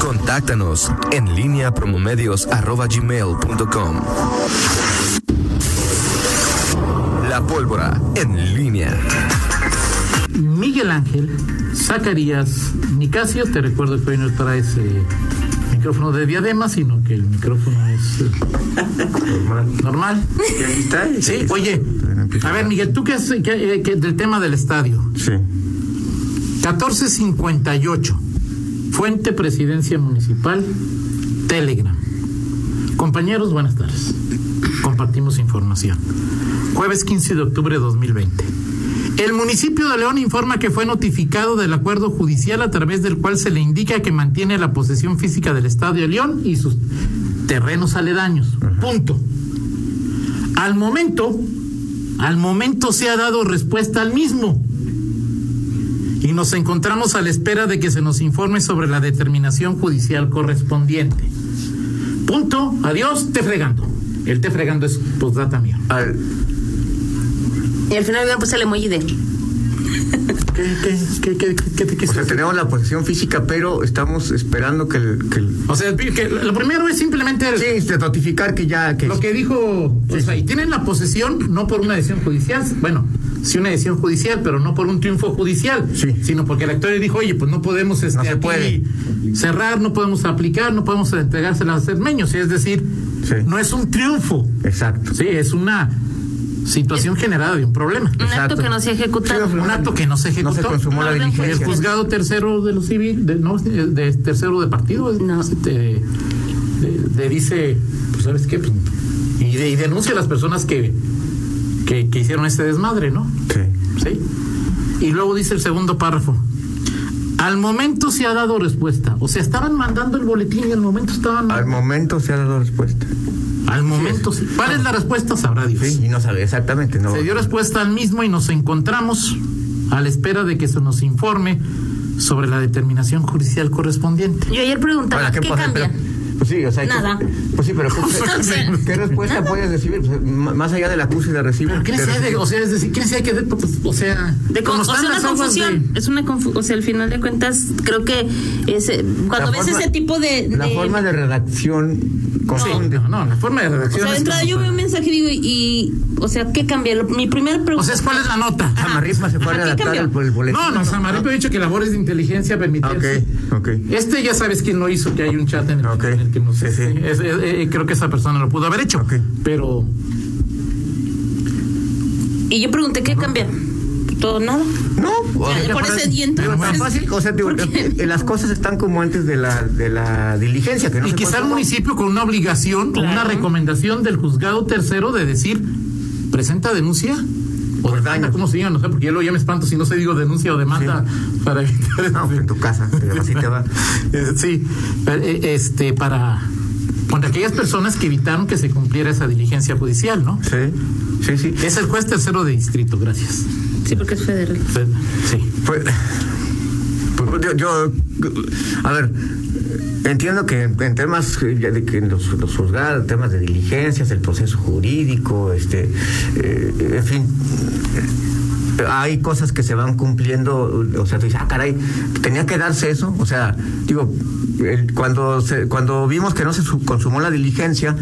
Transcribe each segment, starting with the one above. Contáctanos en línea promomedios.com. La pólvora en línea. Miguel Ángel, Zacarías, Nicasio, te recuerdo que hoy no traes eh, micrófono de diadema, sino que el micrófono es eh, normal. Y aquí está. y- Sí, oye, a ver Miguel, tú que es que- eh, que del tema del estadio, Sí. 1458, Fuente Presidencia Municipal, Telegram. Compañeros, buenas tardes. Compartimos información. Jueves 15 de octubre de 2020. El municipio de León informa que fue notificado del acuerdo judicial a través del cual se le indica que mantiene la posesión física del Estadio de León y sus terrenos aledaños. Punto. Al momento, al momento se ha dado respuesta al mismo y nos encontramos a la espera de que se nos informe sobre la determinación judicial correspondiente. Punto, adiós, te fregando. El te fregando es postdata mía. Al- Y al final pues, me puse el emoji de. ¿Qué, qué, qué, qué, qué, qué, qué o sea, es eso? tenemos la posesión física, pero estamos esperando que el. Que el- o sea, que lo primero es simplemente el- sí, este, notificar que ya. Que, lo que dijo. O sea, y tienen la posesión no por una decisión judicial, bueno, sí una decisión judicial, pero no por un triunfo judicial, Sí. sino porque el actor le dijo, oye, pues no podemos este, No se aquí puede. cerrar, no podemos aplicar, no podemos entregársela a los cermeños. Es decir, Sí. no es un triunfo. Exacto. Sí, es una situación generada de un problema. Un acto Exacto. que no se ha ejecutado. Sí, Un acto que no se ejecutó. No pues, se consumó No, la no, Y el diligencia. juzgado tercero de lo civil, de, no, de- de tercero de partido, No. este, de- de dice, pues sabes qué, Pues, y, de- y denuncia a las personas que, que, que hicieron este desmadre, ¿no? Sí. ¿Sí? Y luego dice el segundo párrafo. Al momento se ha dado respuesta. O sea, estaban mandando el boletín y al momento estaban. Al momento se ha dado respuesta. Al momento sí. ¿Cuál es la respuesta? Sabrá Dios. Sí, y no sabe exactamente, ¿no? Se dio respuesta al mismo y nos encontramos a la espera de que se nos informe sobre la determinación judicial correspondiente. Yo ayer preguntaba, Para ¿qué, pase, cambia? pero- pues sí, o sea, ¿qué- Nada. pues sí, pero ¿qué, O sea, qué respuesta puedes recibir? Pues, m- más allá de la acusa y la recibe. ¿Pero qué les hay de- o sea, es decir, ¿qué les hay que de- o sea, De como con- o están sea, una las aguas de- confusión. Es una confusión. O sea, al final de cuentas, creo que ese, cuando ves forma- ese tipo de. La de- forma de redacción Sí, confunde. no, no, la forma de O redacción. sea, de es entrada como- yo veo un mensaje y digo, y. O sea, ¿qué cambia? Lo- Mi primera O pregunta. sea, es ¿cuál es la nota? Samarripa se fue a Ah. Ajá, ¿qué redactar cambió? el, el boletín. No, no, Samaripo ha dicho que labores de inteligencia Ah, permitirse. Ok, ok. Este ya sabes quién lo hizo, que hay un chat en el, Ok. en el que nos... Sí, sí. es- es- eh, creo que esa persona lo pudo haber hecho, Ok. pero... Y yo pregunté, ¿qué cambia? Todo, nada. No, Ya, por eso, y entonces- Pero tan fácil, o sea, digo, ¿Por qué? eh, las cosas están como antes de la, de la diligencia. Que no Y se quizá el consumó. municipio con una obligación o una Claro. recomendación del juzgado tercero de decir, presenta denuncia o Por demanda, daño. ¿cómo se llama? No sé, porque yo lo me espanto si no se digo denuncia o demanda para evitar... este No, en tu casa, pero así te va. Eh, Sí, pero, eh, este, para... Contra aquellas personas que evitaron que se cumpliera esa diligencia judicial, ¿no? Sí, sí, sí. Es el juez tercero de distrito, gracias. Sí, porque es federal. Sí. Pues, pues, yo, yo- a ver, entiendo que en temas eh, ya de que los, los juzgados, temas de diligencias, el proceso jurídico, este, eh, en fin, eh, hay cosas que se van cumpliendo, o sea, tú dices, ah, caray, tenía que darse eso, o sea, digo, el- cuando se- cuando vimos que no se su- consumó la diligencia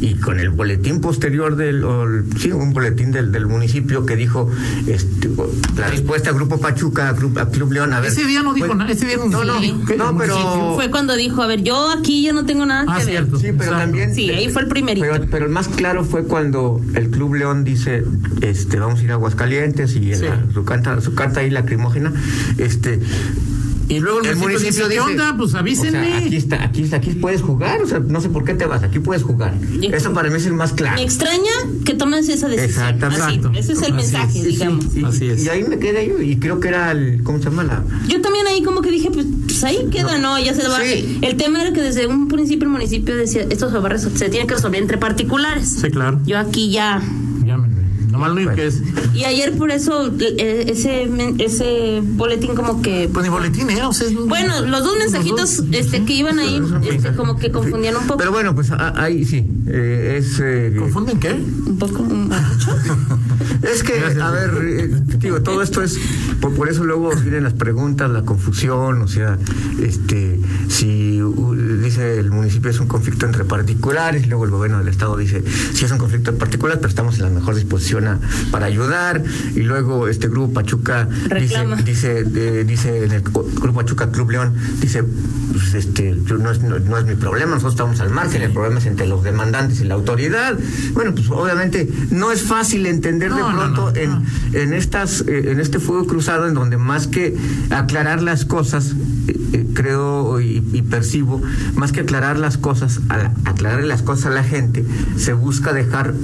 y con el boletín posterior del, o el- sí, un boletín del, del municipio que dijo, este, la respuesta a Grupo Pachuca, a Club, a Club León, a ver. Ese día no dijo pues, nada, ese día no, No, no, dijo que- no, pero- Fue cuando dijo, a ver, yo aquí ya no tengo nada Ah, que ver. cierto. Sí, pero Exacto. también. Sí, ahí fue el primerito. Pero, pero el más claro fue cuando el Club León dice, este, vamos a ir a Aguascalientes y en Sí. la- su carta, su carta ahí lacrimógena, este. Y luego el, municipio, dice, ¿qué onda? Pues avísenme. o sea, aquí está, aquí está, aquí puedes jugar, o sea, no sé por qué te vas, aquí puedes jugar. Y- Eso para mí es el más claro. Me extraña que tomes esa decisión. Exactamente. Así, ese es el Así mensaje, es. digamos. Y- Así es. Y ahí me quedé yo, y creo que era el, ¿cómo se llama la? Yo también ahí como que dije, pues, pues ahí queda, no, ya se va. Sí. El tema era que desde un principio el municipio decía, estos barrios se tienen que resolver entre particulares. Sí, claro. Yo aquí ya. Ya me- Nomás lo único que es. Y ayer por eso eh, ese men- ese boletín como que Pues ni boletín era, o sea, es un- bueno, los dos mensajitos dos. este que iban ahí este, como que confundían un poco. Pero bueno, pues a- ahí sí, eh, es... eh, ¿Confunden qué? Un poco mucho. Es que, a ver, eh, digo, todo esto es, por, por eso luego vienen las preguntas, la confusión, o sea, este, si u- principio es un conflicto entre particulares, luego el gobierno del Estado dice, sí es un conflicto en particular, pero estamos en la mejor disposición a- para ayudar, y luego este grupo Pachuca dice, Reclama. dice, eh, dice en el co- grupo Pachuca Club León, dice, pues, este, yo- no, es, no, no es mi problema, nosotros estamos al margen, el problema es entre los demandantes y la autoridad. Bueno, pues obviamente no es fácil entender de No, no, pronto no, en no. en estas eh, en este fuego cruzado en donde más que aclarar las cosas eh, eh, creo y, y percibo más que aclarar las cosas a la- aclarar las cosas a la gente se busca dejar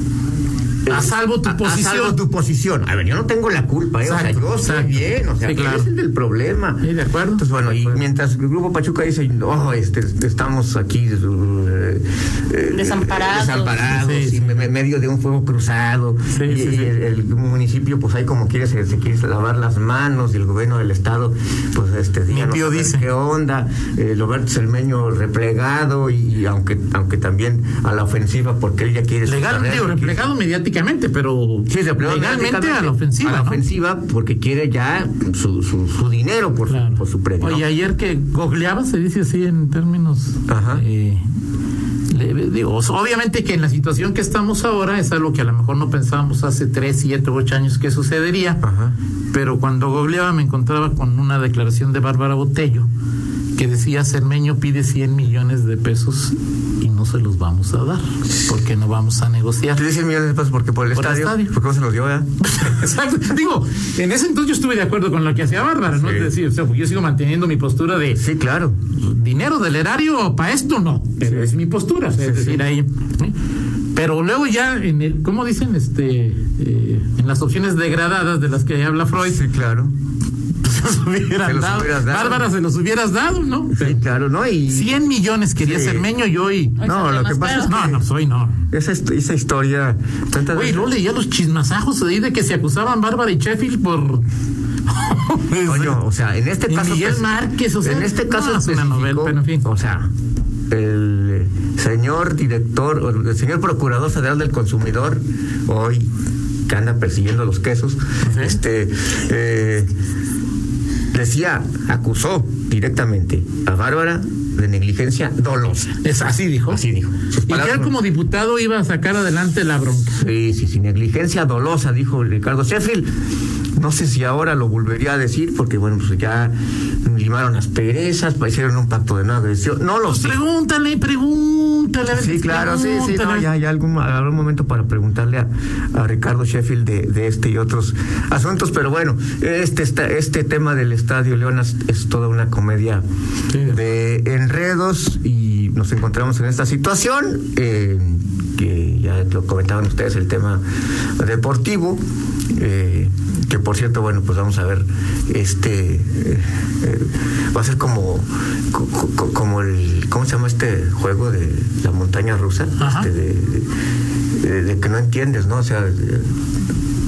eh, A salvo tu posición. salvo tu posición a ver yo no tengo la culpa ¿eh? Exacto, o sea yo exacto. estoy bien o sea Sí, ¿quién claro. es el del problema Sí, de acuerdo. entonces bueno De y acuerdo. mientras el grupo Pachuca dice no este, estamos aquí eh, eh, Desamparados. desamparados Sí, sí. y me- me- medio de un fuego cruzado Sí, y, sí, y sí. el, el municipio pues ahí como quiere se, se quiere lavar las manos y el gobierno del estado pues este díganos pío a ver dice. qué onda eh, Roberto Selmeño replegado y, aunque aunque también a la ofensiva porque él ya quiere su Legal, carrera, digo, quiere- replegado mediáticamente, pero Sí, replegado legalmente a la mediáticamente, ofensiva. a la ¿no? ofensiva porque quiere ya su, su, su dinero por, Claro. su, por su premio ¿no? Oye, ayer que googleaba se dice así en términos. Ajá. eh, le- digo, obviamente que en la situación que estamos ahora es algo que a lo mejor no pensábamos hace 3, 7, 8 años que sucedería. Ajá. Pero cuando googleaba me encontraba con una declaración de Bárbara Botello que decía: Cermeño pide 100 millones de pesos y no se los vamos a dar porque no vamos a negociar. Te dicen millones de pesos porque por el Por el estadio, estadio. porque no se los dio ¿verdad? Exacto. Digo, en ese entonces yo estuve de acuerdo con lo que hacía Bárbara, ¿no? Sí. Es decir, o sea, pues, yo sigo manteniendo mi postura de pues, sí claro dinero del erario para esto no, pero Sí. es mi postura, Sí, es decir, sí. ahí. ¿eh? Pero luego ya en el, ¿cómo dicen? Este, eh, en las opciones degradadas de las que habla Freud, sí claro se los hubieran Se los dado. hubieras dado. Bárbara, se los hubieras dado, ¿no? sí claro no y 100 millones quería Sí. Cermeño y hoy. No, Hoy salió lo más que pasa caro. es que- No, no, soy no. Esa, hist- esa historia. Tantas Güey, veces- luego leía los chismasajos ahí de que se acusaban Bárbara y Sheffield por. Coño, o sea, en este Y caso. Miguel espec- Márquez, o sea, En este no, caso. es una específico, novela, pero en fin. O sea, el eh, señor director, o el señor procurador federal del consumidor, hoy que anda persiguiendo los quesos, este. eh, decía, acusó directamente a Bárbara de negligencia dolosa. Es así dijo. Así dijo. Sus Y que palabras él no- como diputado iba a sacar adelante la bronca. Sí, sí, sí, negligencia dolosa, dijo Ricardo Sheffield. No sé si ahora lo volvería a decir, porque bueno, pues ya limaron las perezas, hicieron un pacto de no agresión. No lo sé. Pregúntale, pregúntale. a ver, Sí, claro, sí, sí. no, pregúntale. ya, ya algún, algún momento para preguntarle a, a Ricardo Sheffield de, de este y otros asuntos, pero bueno, este, esta- este tema del Estadio León es, es toda una comedia Sí. de enredos y nos encontramos en esta situación, eh, que ya lo comentaban ustedes, el tema deportivo. eh, que por cierto, bueno, pues vamos a ver, este eh, eh, va a ser como, co- co- como el, ¿cómo se llama este juego de la montaña rusa? Ajá. Este, de, de- de que no entiendes, ¿no? O sea, de-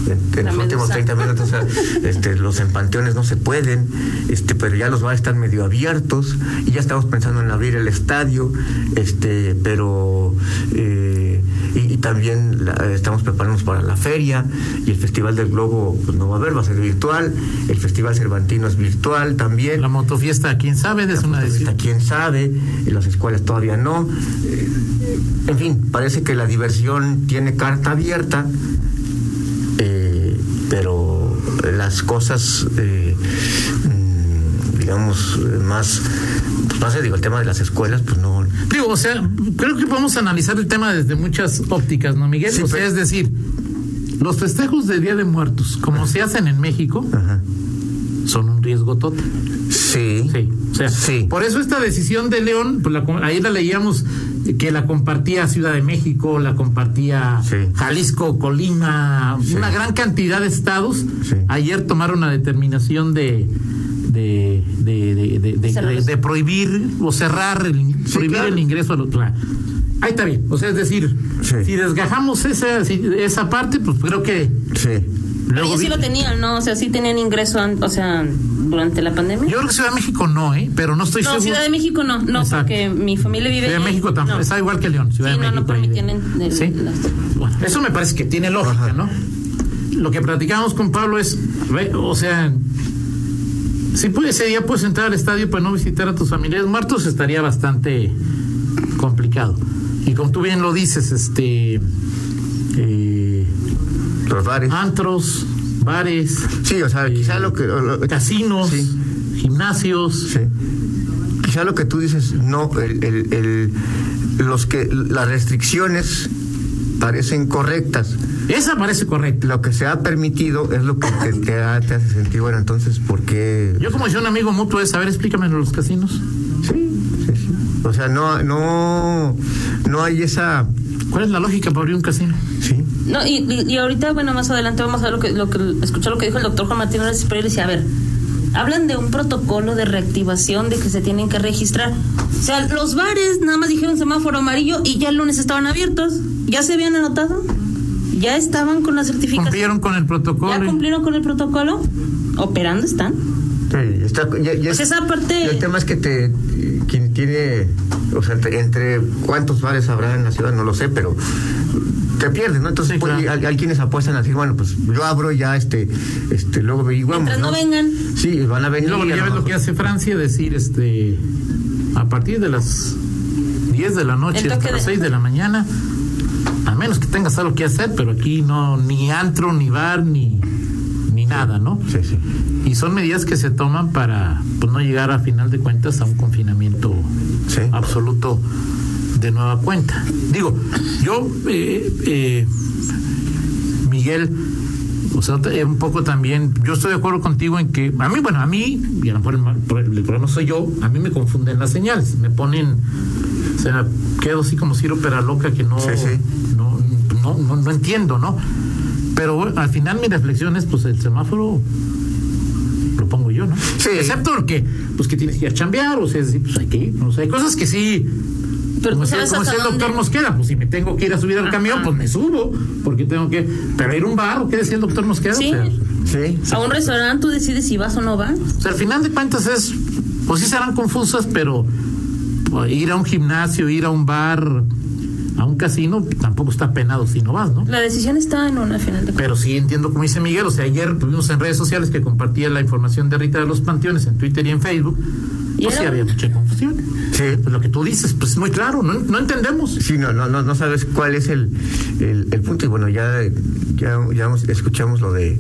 en, en La los últimos medusa. 30 minutos, o sea, este, los empanteones no se pueden, este, pero ya los bares están medio abiertos y ya estamos pensando en abrir el estadio, este, pero eh, y, y también la- eh, estamos preparándonos para la feria y el Festival del Globo pues, no va a haber, va a ser virtual, el Festival Cervantino es virtual también. La motofiesta, quién sabe, es una Hasta decisión. quién sabe, en las escuelas todavía no. Eh, En fin, parece que la diversión tiene carta abierta, eh, pero las cosas, eh, mm, digamos, eh, más, pues, no sé, digo, el tema de las escuelas, pues no. Digo, o sea, creo que podemos analizar el tema desde muchas ópticas, ¿no, Miguel? Sí, o sea, pero- es decir, los festejos de Día de Muertos, como se hacen en México, Ajá. son un riesgo total. Sí. Sí, o sea, Sí. por eso esta decisión de León, pues la com- ahí la leíamos eh, que la compartía Ciudad de México, la compartía Sí. Jalisco, Colima, Sí. una gran cantidad de estados. Sí. Ayer tomaron la determinación de de, de, de- de- de- Cerrar de- los- de prohibir o cerrar el, in- Sí, prohibir claro. el ingreso a los claro. Ahí está bien, o sea, es decir, Sí. si desgajamos esa si- esa parte, pues creo que Sí. Pero luego ellos sí vi- lo tenían, ¿no? O sea, sí tenían ingreso, an- o sea, durante la pandemia. yo creo que Ciudad de México no, eh, pero no estoy no, seguro. Ciudad de México no, no, Exacto. porque mi familia vive. Ciudad de ahí. México tampoco, No. está igual que León. Ciudad Sí, de no, no México ahí de- permiten el- ¿Sí? las- Bueno, eso me parece que tiene lógica, Ajá. ¿no? Lo que platicábamos con Pablo es, ve, o sea, si puede, ese día puedes entrar al estadio para no visitar a tus familiares muertos, estaría bastante complicado. Y como tú bien lo dices, este eh, Los bares. Ah. antros, bares, eh, sí, o sea, quizá lo que. lo- lo- casinos, Sí. gimnasios, Sí. Quizá lo que tú dices, no, el, el- el- los que las restricciones parecen correctas. esa parece correcta. Lo que se ha permitido es lo que te, te ha- te hace sentir, bueno, entonces, ¿por qué? Yo como decía un amigo mutuo es, a ver, explícame los casinos. Sí, sí, sí. O sea, no, no, no hay esa. ¿Cuál es la lógica para abrir un casino? Sí. No, y, y- y ahorita, bueno, más adelante vamos a ver lo que, lo que escuchar lo que dijo el doctor Juan Martín López Pérez y decía, a ver, hablan de un protocolo de reactivación de que se tienen que registrar. O sea, los bares nada más dijeron semáforo amarillo y ya el lunes estaban abiertos. ¿Ya se habían anotado? ¿Ya estaban con la certificación? Cumplieron con el protocolo. ¿Ya y- cumplieron con el protocolo? Operando están. Sí, está- ya- ya- Pues esa parte- y El tema es que te. Quien tiene. O sea, entre, entre cuántos bares habrá en la ciudad, no lo sé, pero. Te pierdes, ¿no? Entonces, Sí, pues, claro. hay, hay quienes apuestan a decir, bueno, pues yo abro y ya, este, este, luego averiguamos. Mientras no vengan. Sí, van a Y venir. luego a ya lo ves lo mejor. que hace Francia, decir este a partir de las 10 de la noche El toque hasta las de- 6 de la mañana, a menos que tengas algo que hacer, pero aquí no, ni antro, ni bar, ni, ni nada, ¿no? Sí, sí. Y son medidas que se toman para pues, no llegar a final de cuentas a un confinamiento Sí. absoluto de nueva cuenta. Digo, yo, eh, eh, Miguel, o sea, te- un poco también, yo estoy de acuerdo contigo en que, a mí, bueno, a mí, y a lo mejor el, mal- por el- el problema soy yo, a mí me confunden las señales, me ponen, o sea, quedo así como Ciro Peraloca que no, Sí, sí. No, no, no, no entiendo, ¿no? Pero bueno, al final mi reflexión es, pues el semáforo lo pongo yo, ¿no? Sí. Excepto porque, pues que tienes que ir a chambear, o sea, es decir, pues hay que ir, o sea, hay cosas que sí. Pero como tú decía- sabes como hasta decía el dónde. doctor Mosqueda, pues si me tengo que ir a subir al camión, pues me subo, porque tengo que. Pero ir a un bar, ¿o ¿qué decía el doctor Mosqueda? Sí. O, sea, Sí. A un restaurante tú decides si vas o no vas. o sea, al final de cuentas es, pues sí serán confusas, pero pues, ir a un gimnasio, ir a un bar, a un casino, tampoco está penado si no vas, ¿no? La decisión está en una al final de cuentas. Pero sí entiendo como dice Miguel, o sea, ayer tuvimos en redes sociales que compartía la información de Rita de los Panteones en Twitter y en Facebook, Y pues era- sí había mucha confusión. Sí. lo que tú dices, pues es muy claro, no, no entendemos. Sí, no, no, no, no sabes cuál es el, el, el punto. Y bueno, ya, ya, ya escuchamos lo de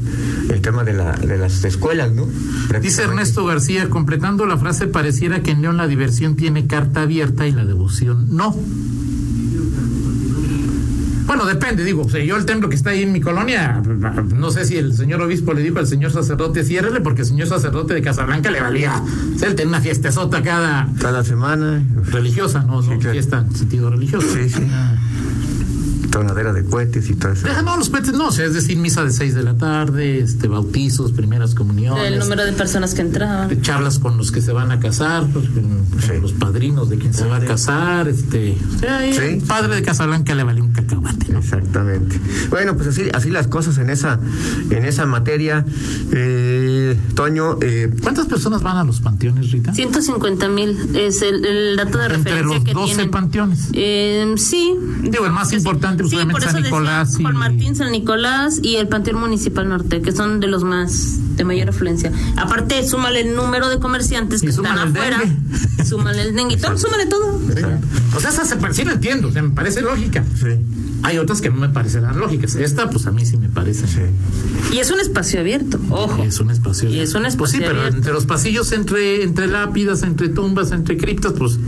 el tema de, la, de las escuelas, ¿no? Dice Prácticamente. Ernesto García, completando la frase, pareciera que en León la diversión tiene carta abierta y la devoción no. Bueno, depende, digo, o sea, yo el templo que está ahí en mi colonia, no sé si el señor obispo le dijo al señor sacerdote, ciérrele, porque el señor sacerdote de Casablanca le valía. O sea, él tenía una fiestezota cada, Cada semana, religiosa, no, no claro. fiesta en sentido religioso. Ah. Sí, sí. tonadera de cohetes y todo eso. Deja, no, los petes no, o sea, es decir, misa de 6 de la tarde, este bautizos, primeras comuniones, El número de personas que entraban. charlas con los que se van a casar, pues, con, con Sí. los padrinos de quien se va a casar, este, o sea, ahí Sí. el padre de Casablanca le valió un cacahuate, ¿no? Exactamente. Bueno, pues así, así las cosas en esa, en esa materia. Eh, Toño, eh, ¿Cuántas personas van a los panteones, Rita? 150 mil es el, el dato de Entre referencia los que 12 tienen. panteones. Eh, sí. Digo, el más importante, pues, Sí, por obviamente, eso San decía Nicolás y- Juan Martín, San Nicolás y el Panteón Municipal Norte, que son de los más de mayor afluencia. Aparte, súmale el número de comerciantes Y que están súmale el afuera. dengue. Súmale el dengue. Todo, súmale todo. O sea, esa se, sí la entiendo, o sea, me parece lógica. Sí. Hay otras que no me parecerán lógicas. Esta, pues a mí sí me parece. sí. Y es un espacio abierto. Ojo. Es un espacio. Y es un espacio Pues sí, pero abierto. entre los pasillos, entre, entre lápidas, entre tumbas, entre criptas, pues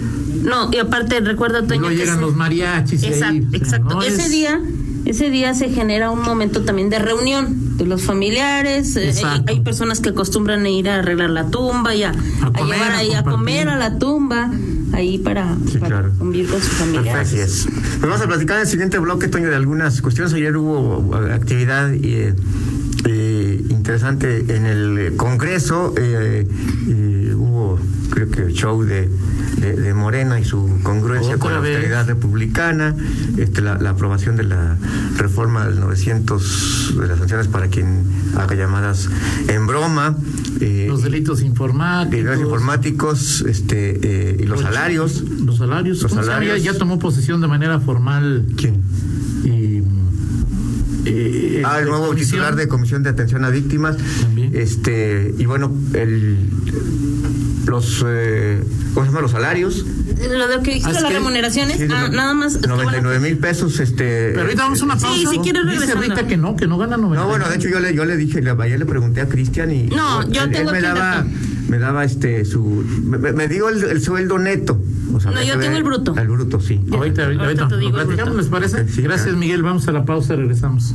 No, y aparte, recuerda, Toño. no que llegan se- los mariachis. y ahí, Exacto, o sea, exacto. no ese es- día, ese día se genera un momento también de reunión de los familiares. eh, Hay, Exacto. hay personas que acostumbran a ir a arreglar la tumba y a, a comer, llevar a ahí a compartir. comer a la tumba ahí para, Sí, para claro. convivir con sus familiares. Así es. Pues vamos a platicar en el siguiente bloque, Toño, de algunas cuestiones. Ayer hubo eh, actividad eh, eh, interesante en el eh, Congreso. eh, eh, hubo, creo que, show de, de- de Morena y su congruencia Otra con la vez. austeridad republicana, este, la, la aprobación de la reforma del 900 de las sanciones para quien haga llamadas en broma. eh, Los delitos informáticos. pues, delitos informáticos este, eh, y los salarios. Los salarios. Los ¿Cómo se llama? salarios. Ya tomó posesión de manera formal. ¿Quién? eh, eh, Ah, el nuevo comisión. titular de Comisión de Atención a Víctimas. También. Este, y bueno, el los, eh, ¿cómo se llama? Los salarios. Lo de que dijiste, Es las que- remuneraciones, Sí, ah, no- nada más. es que pues. van a- 99 mil pesos, este... Pero ahorita vamos a una Sí, pausa. si quieres Dice regresando. Rita que no, que no gana 90. No, bueno, de hecho yo le, yo le dije, le, ayer le pregunté a Cristian y... No, y- yo él, tengo él me aquí el daba, dato. me daba este, su... Me, me- me dio el, el sueldo neto. O sea, No, me- yo me- tengo el bruto. El bruto, sí. Ahorita, ahorita, Ahorita ahorita. te ¿Lo digo, platicamos, ahorita. les parece? Sí, Gracias, claro. Miguel. Vamos a la pausa, regresamos.